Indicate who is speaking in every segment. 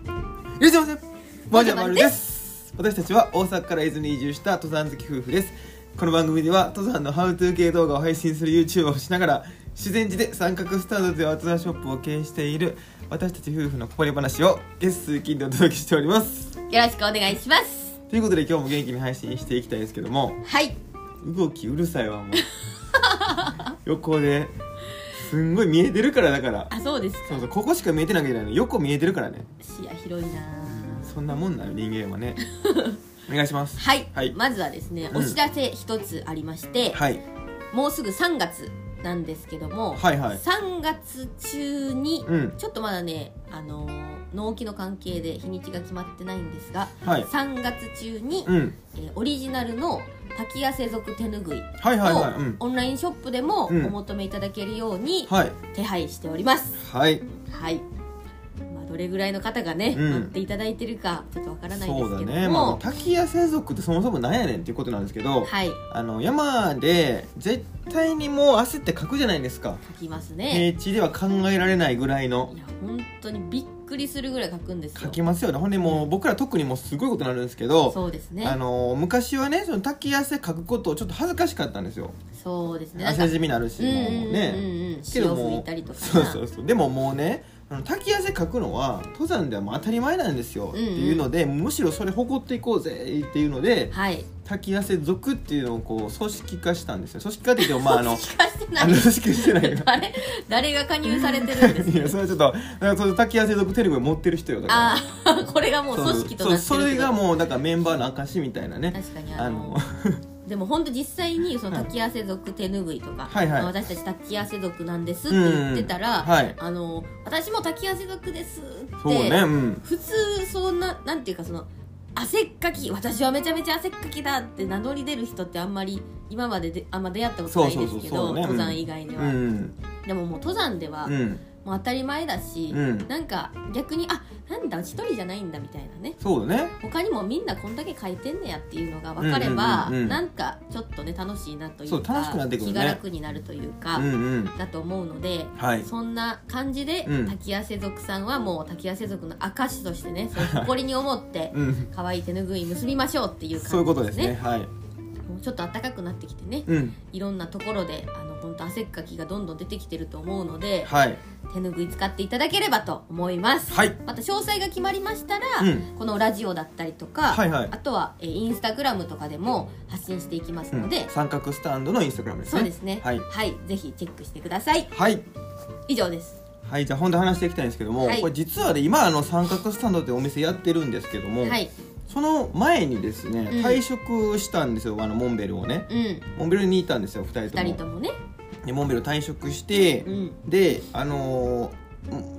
Speaker 1: いらっしゃいませもじゃまるで
Speaker 2: もじゃまるです
Speaker 1: 私たちは大阪から伊豆に移住した登山好き夫婦ですこの番組では登山のハウトゥー系動画を配信する YouTuber をしながら自然寺で三角スタンドでアウトドアショップを経営している私たち夫婦のこぼれ話を月水金でお届けしております
Speaker 2: よろしくお願いします
Speaker 1: ということで今日も元気に配信していきたいですけども
Speaker 2: はい
Speaker 1: 動きうるさい わもう横ですんごい見えてるからだから
Speaker 2: あそうです
Speaker 1: そ
Speaker 2: か
Speaker 1: うそうここしか見えてなきゃいけないの横見えてるからね
Speaker 2: 視野広いなぁ
Speaker 1: そんなもんなの人間は ねお願いします
Speaker 2: はい、
Speaker 1: はい
Speaker 2: まずはですね
Speaker 1: うん
Speaker 2: お知らせ一つありまして、
Speaker 1: はい
Speaker 2: もうすぐ3月なんですけども、
Speaker 1: はいはい
Speaker 2: 3月中に、
Speaker 1: うん
Speaker 2: ちょっとまだねあのー納期の関係で日にちが決まってないんですが、
Speaker 1: はい
Speaker 2: 3月中に、
Speaker 1: うん
Speaker 2: えーオリジナルの滝汗族手ぬぐいを、
Speaker 1: はいはいはいうん
Speaker 2: オンラインショップでもお
Speaker 1: うん
Speaker 2: 求めいただけるように
Speaker 1: はい
Speaker 2: 手配しております、
Speaker 1: はい
Speaker 2: はい、まあ、どれぐらいの方がね、
Speaker 1: うん
Speaker 2: 待っていただいてるかちょっとわからないで
Speaker 1: そう
Speaker 2: す
Speaker 1: だ
Speaker 2: けど
Speaker 1: ねまあ
Speaker 2: も、
Speaker 1: 滝谷生族ってそもそもなんやねんっていうことなんですけど、
Speaker 2: はい
Speaker 1: あの山で絶対にもう汗ってかくじゃないですか
Speaker 2: 書きますね、
Speaker 1: 平地では考えられないぐらいの
Speaker 2: いや本当にびっくりするぐらい書くんですよ
Speaker 1: かきますよねほんでもう僕ら特にもうすごいことになるんですけど
Speaker 2: そうです
Speaker 1: あ
Speaker 2: ね
Speaker 1: の昔はねその滝汗かくことをちょっと恥ずかしかったんですよ
Speaker 2: そうですねなんか
Speaker 1: 汗じみになるし、
Speaker 2: うんうん
Speaker 1: も
Speaker 2: うんう、
Speaker 1: うんねけ
Speaker 2: 塩
Speaker 1: ども
Speaker 2: 吹いたりとかな
Speaker 1: そうそうそうでももうねあの滝汗かくのは登山ではもう当たり前なんですよ、
Speaker 2: うんうん
Speaker 1: っていうのでむしろそれ誇っていこうぜっていうので
Speaker 2: はい
Speaker 1: 滝汗族っていうのをこう組織化したんですよ組織化って言ってもまああの
Speaker 2: 聞かしてな
Speaker 1: あの
Speaker 2: い
Speaker 1: 組織化してない よ
Speaker 2: 誰誰が加入されてるんです
Speaker 1: いやそれはちょっとなんかその滝汗族テレビを持ってる人よだから
Speaker 2: ああこれがもう組織となってる
Speaker 1: そうそうそれが
Speaker 2: う
Speaker 1: もうだからメンバーの証みたいなね
Speaker 2: 確かに
Speaker 1: あ
Speaker 2: あの
Speaker 1: の
Speaker 2: でも本当実際にその
Speaker 1: はい
Speaker 2: 滝汗族手ぬぐいとか、
Speaker 1: はいはい
Speaker 2: 私たち滝汗族なんですって言ってたら、
Speaker 1: うんはい
Speaker 2: あの私も滝汗族ですって
Speaker 1: そうねうん
Speaker 2: 普通そんななんていうかその汗っかき私はめちゃめちゃ汗っかきだって名乗り出る人ってあんまり今までであんま出会ったことないですけ
Speaker 1: そうそうそうそ
Speaker 2: ど、
Speaker 1: うねうん
Speaker 2: 登山以外では、
Speaker 1: うん
Speaker 2: でももう登山では、
Speaker 1: うん
Speaker 2: もう当たり前だし、
Speaker 1: うん
Speaker 2: なんか逆にあなんだ一人じゃないんだみたいなね
Speaker 1: そうだね
Speaker 2: 他にもみんなこんだけ書いてんねやっていうのが分かれば、
Speaker 1: うんうんうんうん
Speaker 2: なんかちょっとね楽しいなというか
Speaker 1: そう楽しくなってくるね
Speaker 2: 気が楽になるというか、
Speaker 1: うんうん
Speaker 2: だと思うので、
Speaker 1: はい
Speaker 2: そんな感じで、
Speaker 1: うん
Speaker 2: 滝汗族さんはもう滝汗族の証としてねそれを誇りに思って
Speaker 1: うん
Speaker 2: 可愛い手ぬぐい結びましょうっていう感じですね
Speaker 1: そういうことですねはい
Speaker 2: もうちょっと暖かくなってきてね、
Speaker 1: うん
Speaker 2: いろんなところであの本当汗っかきがどんどん出てきてると思うので、
Speaker 1: はい
Speaker 2: 手ぬぐい使っていただければと思います、
Speaker 1: はい
Speaker 2: また詳細が決まりましたら、
Speaker 1: うん
Speaker 2: このラジオだったりとか、
Speaker 1: はいはい
Speaker 2: あとは、えーインスタグラムとかでも発信していきます
Speaker 1: う
Speaker 2: の
Speaker 1: ん
Speaker 2: で、
Speaker 1: 三角スタンドのインスタグラムですね
Speaker 2: そうですね
Speaker 1: はい
Speaker 2: ぜひチェックしてください
Speaker 1: はい
Speaker 2: 以上です
Speaker 1: はいじゃあ本題話していきたいんですけども、
Speaker 2: はい
Speaker 1: これ実はね今あの三角スタンドってお店やってるんですけども、
Speaker 2: はい
Speaker 1: その前にですね
Speaker 2: うん
Speaker 1: 退職したんですよ、あのモンベルをね
Speaker 2: うん
Speaker 1: モンベルにいたんですよ2人と
Speaker 2: 2
Speaker 1: も
Speaker 2: 人ともね
Speaker 1: でモンベル退職して、
Speaker 2: うん
Speaker 1: であのー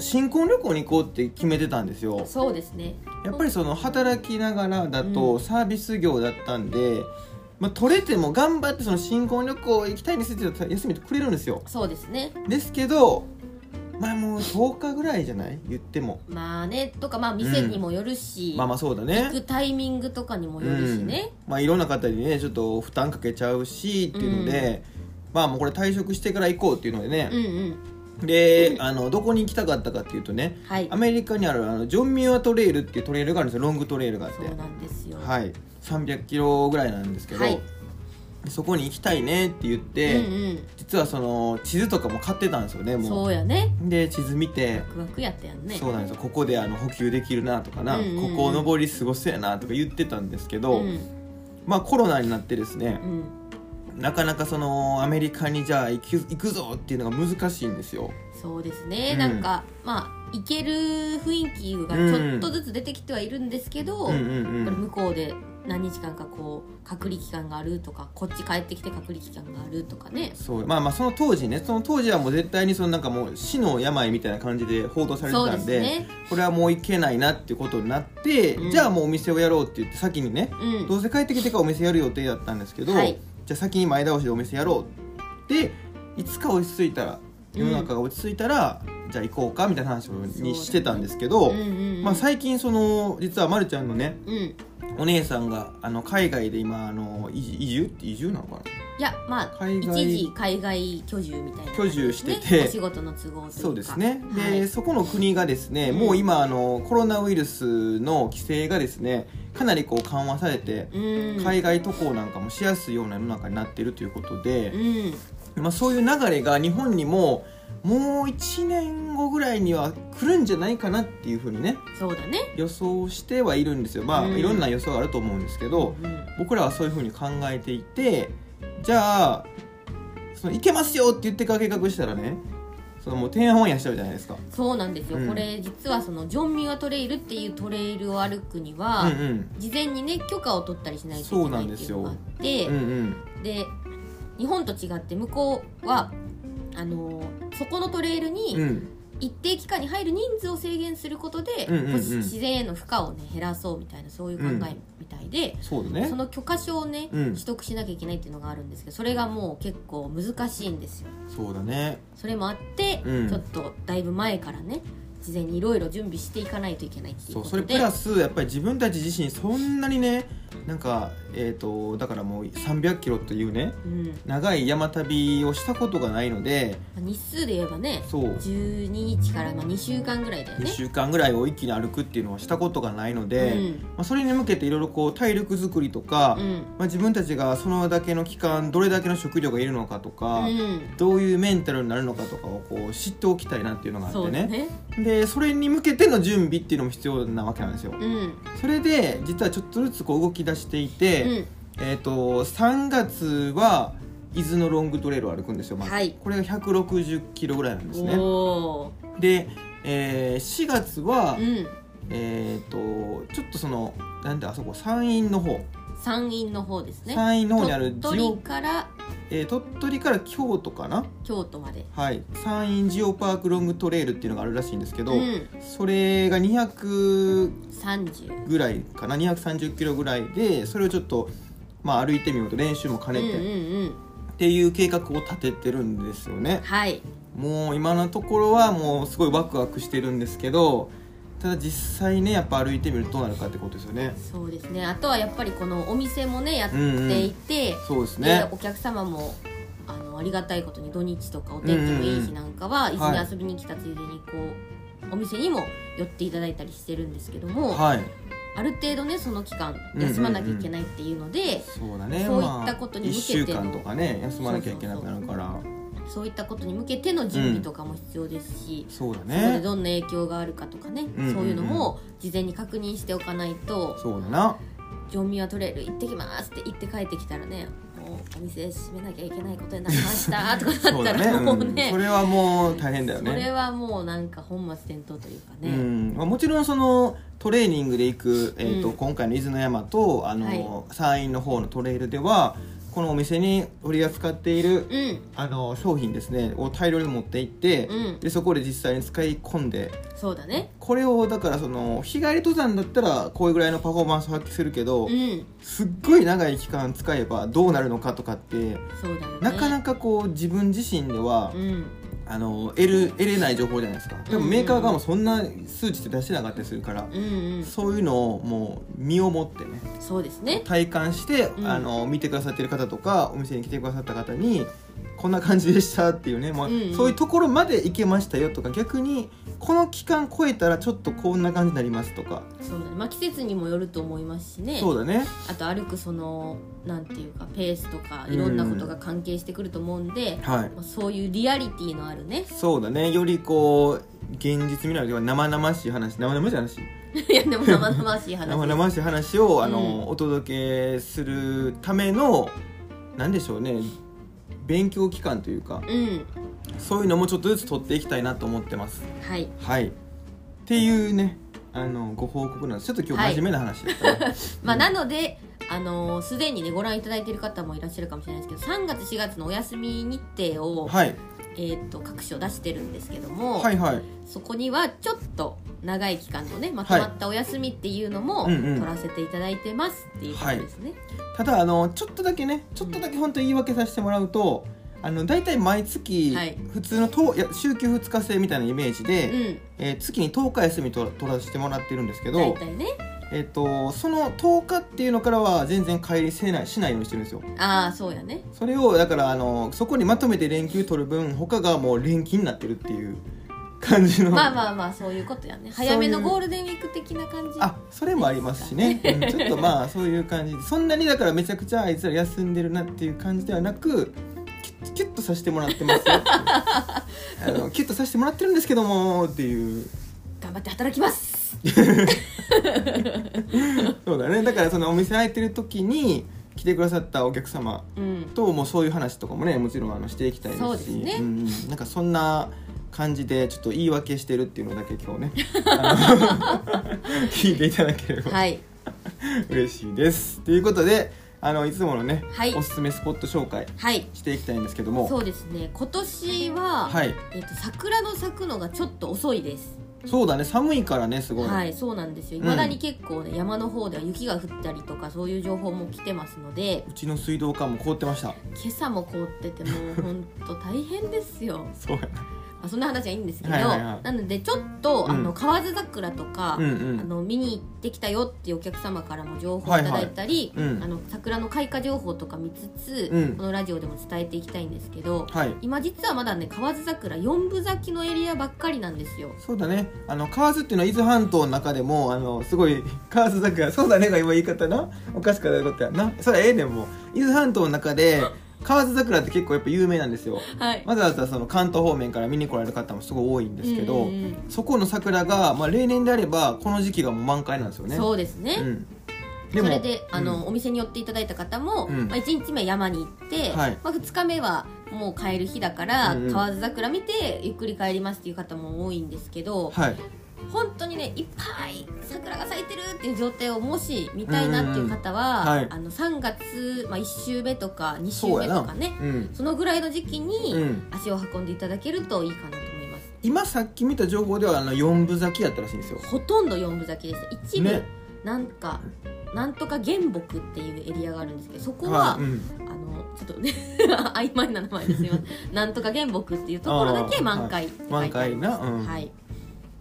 Speaker 1: 新婚旅行に行こうって決めてたんですよ
Speaker 2: そうですね
Speaker 1: やっぱりその働きながらだ
Speaker 2: う
Speaker 1: とサービス業だったんで、まあ、取れても頑張ってその新婚旅行行きたいですって言ったら休みてくれるんですよ
Speaker 2: そうですね
Speaker 1: ですけどまあもう10日ぐらいじゃない言っても
Speaker 2: まあねとかまあ店にもよるし、
Speaker 1: まあまあそうだ
Speaker 2: 行く
Speaker 1: ね
Speaker 2: タイミングとかにもよるしね、
Speaker 1: うん、まあいろんな方にねちょっと負担かけちゃうしっていうので、まあもうこれ退職してから行こうっていうので
Speaker 2: うん、
Speaker 1: ね、
Speaker 2: うん
Speaker 1: であのどこに行きたかったかっていうとね
Speaker 2: はい
Speaker 1: アメリカにあるあのジョンミュアトレイルっていうトレイルがあるんですよロングトレイルがあって
Speaker 2: そうなんですよ
Speaker 1: はい、300キロぐらいなんですけど、
Speaker 2: はい
Speaker 1: そこに行きたいねって言って、
Speaker 2: うん
Speaker 1: 実はその地図とかも買ってたんですよね
Speaker 2: うん
Speaker 1: も
Speaker 2: そうやね
Speaker 1: うで地図見て
Speaker 2: ワクワクやったやんね
Speaker 1: そうなんですよここであの補給できるなとかな、
Speaker 2: うんうんうん
Speaker 1: ここを登り過ごせやなとか言ってたんですけど、
Speaker 2: うん
Speaker 1: まあコロナになってですね
Speaker 2: う、ん
Speaker 1: なかなかそのアメリカにじゃあ行く行くぞっていうのが難しいんですよ
Speaker 2: そうですね、
Speaker 1: うん
Speaker 2: なんかまあ行ける雰囲気がちょっとずつ出てきてはいるんですけど、
Speaker 1: うん
Speaker 2: や
Speaker 1: う
Speaker 2: っ
Speaker 1: ん
Speaker 2: ぱ
Speaker 1: う
Speaker 2: り
Speaker 1: ん
Speaker 2: 向こうで何日間かこう隔離期間があるとかこっち帰ってきて隔離期間があるとかね
Speaker 1: そうまあまあその当時ねその当時はもう絶対にそのなんかもう死の病みたいな感じで報道されて
Speaker 2: そう
Speaker 1: た
Speaker 2: で
Speaker 1: ん
Speaker 2: す
Speaker 1: で
Speaker 2: ね
Speaker 1: これはもういけないなっていうことになって、
Speaker 2: うん
Speaker 1: じゃあもうお店をやろうって言って先にね
Speaker 2: うん
Speaker 1: どうせ帰ってきてからお店やる予定だったんですけど、
Speaker 2: はい
Speaker 1: じゃあ先に前倒しでお店やろうでいつか落ち着いたら世の中が落ち着いたら、じゃあ行こうかみたいな話をにしてたんですけど、
Speaker 2: うんうんうん
Speaker 1: まあ、最近その実はまるちゃんのね
Speaker 2: うん
Speaker 1: お姉さんがあの海外で今あの移移住って移住なのかな
Speaker 2: いやまあ
Speaker 1: 海
Speaker 2: 一
Speaker 1: 外
Speaker 2: 時海外居住みたいな
Speaker 1: 居住してて
Speaker 2: お仕事の都合というか
Speaker 1: そうですね、
Speaker 2: はい
Speaker 1: でそこの国がですね、
Speaker 2: うん
Speaker 1: もう今あのコロナウイルスの規制がですねかなりこう緩和されて、
Speaker 2: うん
Speaker 1: 海外渡航なんかもしやすいような世の中になってるということ
Speaker 2: う
Speaker 1: で、
Speaker 2: ん
Speaker 1: まあ、そういう流れが日本にももう1年後ぐらいには来るんじゃないかなっていうふうにね
Speaker 2: そうだね
Speaker 1: 予想してはいるんですよまあ、
Speaker 2: うん
Speaker 1: いろんな予想があると思うんですけど、
Speaker 2: うん
Speaker 1: 僕らはそういうふうに考えていてじゃあその行けますよって言ってから計画したらねそのもう天安門やしちゃうじゃないですか。
Speaker 2: そうなんですよ、
Speaker 1: うん
Speaker 2: これ実はそのジョンミワトレイルっていうトレイルを歩くに
Speaker 1: う
Speaker 2: は、
Speaker 1: んうん
Speaker 2: 事前にね許可を取ったりしないといけないっていうのがあって
Speaker 1: うんうん
Speaker 2: で日本と違って向こうはあのーそこのトレイル
Speaker 1: う
Speaker 2: に
Speaker 1: ん
Speaker 2: 一定期間に入る人数を制限することで、
Speaker 1: うんうんうん
Speaker 2: こう自然への負荷を、ね、減らそうみたいなそういう考えみたいで、
Speaker 1: そうだね
Speaker 2: その許可証をね、
Speaker 1: うん
Speaker 2: 取得しなきゃいけないっていうのがあるんですけどそれがもう結構難しいんですよ。
Speaker 1: そうだね
Speaker 2: それもあって、
Speaker 1: うん
Speaker 2: ちょっとだいぶ前からね事前にいろいろ準備していかないといけないっていう
Speaker 1: そ
Speaker 2: こ
Speaker 1: う
Speaker 2: とで
Speaker 1: それプラスやっぱり自分たち自身そんなにねなんかえっ、とだからもう3 0 0キロというね
Speaker 2: うんま
Speaker 1: 長い山旅をしたことがないので
Speaker 2: あ日数で言えばね
Speaker 1: そう
Speaker 2: 12日からまあ2週間ぐらいだよ
Speaker 1: 2
Speaker 2: ね。
Speaker 1: 週間ぐらいを一気に歩くっていうのをしたことがないので、
Speaker 2: うん
Speaker 1: まあ、それに向けていろいろこう体力作りとか、
Speaker 2: うん
Speaker 1: まあ、自分たちがそのだけの期間どれだけの食料がいるのかと
Speaker 2: う
Speaker 1: か、
Speaker 2: ん
Speaker 1: どういうメンタルになるのかとかをこう知っておきたいなっていうのがあっ
Speaker 2: そ
Speaker 1: て
Speaker 2: うだね
Speaker 1: でそれに向けての準備っていうのも必要なわけなんですよ、
Speaker 2: うん
Speaker 1: それで実はちょっとずつこう動き出していて、
Speaker 2: うん
Speaker 1: えっ、と3月は伊豆のロングトレイルを歩くんですよ、まず
Speaker 2: はい
Speaker 1: これが160キロぐらいなんですね
Speaker 2: おお
Speaker 1: で、えー4月は、
Speaker 2: うん
Speaker 1: えっ、とちょっとそのなんであそこ山陰の方、
Speaker 2: 山陰の方ですね
Speaker 1: 山陰の方にある
Speaker 2: 鳥
Speaker 1: ジオ
Speaker 2: 取から
Speaker 1: えー鳥取から京都かな
Speaker 2: 京都まで
Speaker 1: はい山陰ジオパークロングトレイルっていうのがあるらしいんですけど、
Speaker 2: うん
Speaker 1: それが200
Speaker 2: 30
Speaker 1: ぐらいかな230キロぐらいでそれをちょっと、まあ、歩いてみようと練習も兼
Speaker 2: うん
Speaker 1: ね
Speaker 2: う
Speaker 1: て、っ
Speaker 2: んうん
Speaker 1: ていう計画を立ててるんですよね
Speaker 2: はい
Speaker 1: もう今のところはもうすごいワクワクしてるんですけどただ実際ねやっぱ歩いてみるとどうなるかってことですよね
Speaker 2: そうですねあとはやっぱりこのお店もねやっ
Speaker 1: うんうん
Speaker 2: ていて、
Speaker 1: そうです
Speaker 2: で
Speaker 1: ね
Speaker 2: お客様もあのありがたいことに土日とかお天気もいい日なんかは、
Speaker 1: うんうん
Speaker 2: 伊豆に遊びに来たついでにこう、お店にも寄っていただいたりしてるんですけども、
Speaker 1: はい
Speaker 2: ある程度ねその期間休まなきゃいけないっていうので、
Speaker 1: そうだね
Speaker 2: そういった
Speaker 1: まあ
Speaker 2: ことに向けて
Speaker 1: 1週間とかね休まなきゃいけなくなるから
Speaker 2: そういったことに向けての準備とかも必要ですし、
Speaker 1: そうだ
Speaker 2: そこで
Speaker 1: ね
Speaker 2: どんな影響があるかとかね、
Speaker 1: うんうんうん
Speaker 2: そういうのも事前に確認しておかないと
Speaker 1: そうだな
Speaker 2: 「ジョンミワトレイル行ってきます」って言って帰ってきたらねもうお店閉めなきゃいけないことになりま したとか
Speaker 1: そ
Speaker 2: な
Speaker 1: う
Speaker 2: っ
Speaker 1: だ
Speaker 2: た
Speaker 1: ね
Speaker 2: らもう
Speaker 1: うん
Speaker 2: ね
Speaker 1: それはもう大変だよね
Speaker 2: それはもうなんか本末転倒というか
Speaker 1: う
Speaker 2: ね、
Speaker 1: んまあ、もちろんそのトレーニングで行く、えーと
Speaker 2: うん
Speaker 1: 今回の伊豆の山とあの、山陰の方のトレイルではこのお店に取り扱っている
Speaker 2: うん、
Speaker 1: あの商品ですねを大量に持って行って、
Speaker 2: うん
Speaker 1: でそこで実際に使い込んで
Speaker 2: そうだね
Speaker 1: これをだからその日帰り登山だったらこういうぐらいのパフォーマンスを発揮するけど、
Speaker 2: うん
Speaker 1: すっごい長い期間使えばどうなるのかとかって
Speaker 2: そうだよね
Speaker 1: なか
Speaker 2: か
Speaker 1: なかこう自分自身では、
Speaker 2: うん
Speaker 1: あの得る得れない情報じゃないですかでも
Speaker 2: うん
Speaker 1: メーカー側もそんな数値って出してなかったりするから、
Speaker 2: うんうん
Speaker 1: そういうのをもう身をもってね
Speaker 2: そうですね
Speaker 1: 体感して、
Speaker 2: うん
Speaker 1: あの見てくださってる方とかお店に来てくださった方にこんな感じでしたっていうね、まあ
Speaker 2: うんうん
Speaker 1: そういうところまで行けましたよとか逆にこの期間超えたらちょっとこんな感じになりますとか、
Speaker 2: そうだねまあ季節にもよると思いますしね
Speaker 1: そうだね
Speaker 2: あと歩くそのなんていうかペースとかいろんなことが関係してくると思うんで、
Speaker 1: はい
Speaker 2: まあ、そういうリアリティのあるね
Speaker 1: そうだねよりこう現実味のある生々しい話生々しい話
Speaker 2: いやでも生々しい話
Speaker 1: 生々しい話をあの、
Speaker 2: うん
Speaker 1: お届けするためのなんでしょうね勉強期間というか
Speaker 2: うん
Speaker 1: そういうのもちょっとずつ取っていきたいなと思ってます
Speaker 2: はい
Speaker 1: はいっていうねあのご報告なんですちょっと今日
Speaker 2: はい
Speaker 1: 真面目な話だった ね、
Speaker 2: まあ、
Speaker 1: うん
Speaker 2: なので、あのーすでにねご覧いただいている方もいらっしゃるかもしれないですけど3月4月のお休み日程を、
Speaker 1: はい、
Speaker 2: えー、と各所出してるんですけども、
Speaker 1: はいはい
Speaker 2: そこにはちょっと長い期間のねまとまったお休みっていうのも
Speaker 1: うんうん
Speaker 2: 取らせていただいてますっていうことですね。
Speaker 1: ただあのちょっとだけねちょっとだけ本当に言い訳させてもらうとあの大体毎月
Speaker 2: はい
Speaker 1: 普通のと、いや週休2日制みたいなイメージで、
Speaker 2: うん
Speaker 1: えー月に10日休みと取らせてもらってるんですけど
Speaker 2: 大体ね、
Speaker 1: えっと、その10日っていうのからは全然帰りせないしないようにしてるんですよ
Speaker 2: ああそうやね
Speaker 1: それをだからあのそこにまとめて連休取る分他がもう連勤になってるっていう感じの
Speaker 2: まあまあまあそういうことやね
Speaker 1: そういう
Speaker 2: 早めのゴールデンウィーク的な感じ
Speaker 1: あそれもありますし ね、うんちょっとまあそういう感じでそんなにだからめちゃくちゃあいつら休んでるなっていう感じではなくキュッキュッとさせてもらってます よっていうあのキュッとさせてもらってるんですけどもっていう
Speaker 2: 頑張って働きます
Speaker 1: そうだねだからそのお店開いてる時に来てくださったお客様
Speaker 2: うん
Speaker 1: ともうそういう話とかもねもちろんあのしていきたいですし
Speaker 2: そうですね
Speaker 1: んうん、なんかそんな感じでちょっと言い訳してるっていうのだけ今日ねあの 聞いていただければ
Speaker 2: はい
Speaker 1: 嬉しいですということであのいつものね、
Speaker 2: はい
Speaker 1: おすすめスポット紹介
Speaker 2: はい
Speaker 1: していきたいんですけども
Speaker 2: そうですね今年は、
Speaker 1: はい
Speaker 2: えっと桜の咲くのがちょっと遅いです
Speaker 1: そうだね寒いからねすごい、
Speaker 2: はいそうなんですよ
Speaker 1: うん
Speaker 2: いまだに結構ね、山の方では雪が降ったりとかそういう情報も来てますので
Speaker 1: うちの水道管も凍ってました
Speaker 2: 今朝も凍ってても うほんと大変ですよ
Speaker 1: そうや
Speaker 2: まあ、そんな話はいいんですけど、
Speaker 1: はいはいはい
Speaker 2: なのでちょっと、
Speaker 1: うん
Speaker 2: あの河津桜とか、
Speaker 1: うんう
Speaker 2: あ
Speaker 1: ん
Speaker 2: の見に行ってきたよっていうお客様からも情報をいただいたり、
Speaker 1: はいはいうん
Speaker 2: あの桜の開花情報とか見つつ、
Speaker 1: うん
Speaker 2: このラジオでも伝えていきたいんですけど
Speaker 1: はい
Speaker 2: 今実はまだね河津桜四分咲きのエリアばっかりなんですよ。
Speaker 1: そうだねあの河津っていうのは伊豆半島の中でもあのすごい河津桜そうだねが今言い方なおかしくないことやなそれはええねんもう伊豆半島の中で河津桜って結構やっぱ有名なんですよ
Speaker 2: はい、
Speaker 1: わざわざその関東方面から見に来られる方もすごい多いんですけど、
Speaker 2: うんうんうん
Speaker 1: そこの桜が、まあ、例年であればこの時期がもう満開なんですよね
Speaker 2: そうですね、
Speaker 1: うん、
Speaker 2: それであ
Speaker 1: うん
Speaker 2: の、お店に寄っていただいた方も、
Speaker 1: うん
Speaker 2: まあ、1日目山に行って、
Speaker 1: はい
Speaker 2: まあ、2日目はもう帰る日だから、
Speaker 1: うんうん
Speaker 2: 河津桜見てゆっくり帰りますっていう方も多いんですけど、
Speaker 1: はい
Speaker 2: 本当にねいっぱい桜が咲いてるっていう状態をもし見たいなっていう方は、
Speaker 1: うんうんはい
Speaker 2: あの3月、まあ、1週目とか2週
Speaker 1: そう
Speaker 2: 目
Speaker 1: や
Speaker 2: と
Speaker 1: な
Speaker 2: かね
Speaker 1: うん
Speaker 2: そのぐらいの時期
Speaker 1: う
Speaker 2: に
Speaker 1: ん、
Speaker 2: 足を運んでいただけるといいかなと思います、
Speaker 1: 今さっき見た情報ではあの4分咲きやったらしいんですよ
Speaker 2: ほとんど4分咲きです一部、
Speaker 1: ね
Speaker 2: なんかなんとか原木っていうエリアがあるんですけどそこ
Speaker 1: は
Speaker 2: は、
Speaker 1: いうん、
Speaker 2: あのちょっとね 曖昧な名前ですみませんなんとか原木っていうところだけ満開って書いてあ
Speaker 1: 満
Speaker 2: ります
Speaker 1: 開なうん、
Speaker 2: はい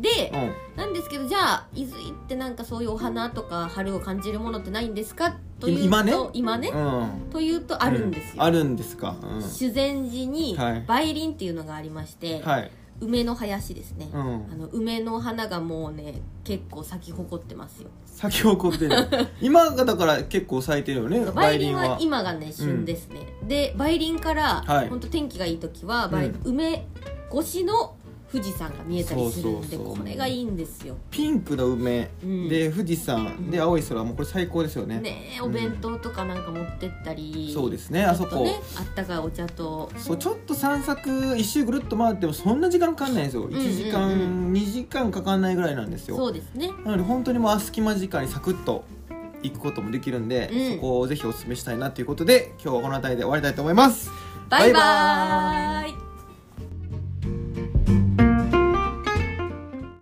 Speaker 2: で、
Speaker 1: うん、
Speaker 2: なんですけどじゃあ伊豆行ってなんかそういうお花とか春を感じるものってないんですかというと
Speaker 1: 今ね
Speaker 2: 今ね
Speaker 1: うん、
Speaker 2: というとあるんですよ、
Speaker 1: あるんですか、う
Speaker 2: 修善寺に
Speaker 1: はい
Speaker 2: 梅林っていうのがありまして、
Speaker 1: ん、はい、
Speaker 2: 梅の林ですね、
Speaker 1: う
Speaker 2: あ
Speaker 1: ん、
Speaker 2: の梅の花がもうね結構咲き誇ってますよ
Speaker 1: 咲き誇って る今がだから結構咲いてるよね
Speaker 2: 梅
Speaker 1: 梅
Speaker 2: 林
Speaker 1: 林
Speaker 2: は
Speaker 1: は
Speaker 2: 今がね旬ですね、で梅林から、
Speaker 1: はい
Speaker 2: ほんと天気がいい時は、梅
Speaker 1: うん
Speaker 2: 梅越しの富士山が見えたりするんで
Speaker 1: そうそうそう
Speaker 2: これがいいんですよ
Speaker 1: ピンクの梅、
Speaker 2: うん
Speaker 1: で富士山で青い空もうこれ最高ですよね
Speaker 2: ねえお弁当とかなんか持ってったり、
Speaker 1: そうですねあそ
Speaker 2: ちょっと
Speaker 1: こ、
Speaker 2: ねあったかいお茶と
Speaker 1: そうちょっと散策一周ぐるっと回ってもそんな時間かかんないんですよ
Speaker 2: ん
Speaker 1: 1時間、
Speaker 2: うん
Speaker 1: 2時間かかんないぐらいなんですよ
Speaker 2: そうですね
Speaker 1: なので本当にもう隙間時間にサクッと行くこともできるんで、
Speaker 2: うん
Speaker 1: そこをぜひお勧めしたいなということで今日はこの辺りで終わりたいと思います
Speaker 2: バ
Speaker 1: バイ
Speaker 2: イバ
Speaker 1: バ
Speaker 2: ーイ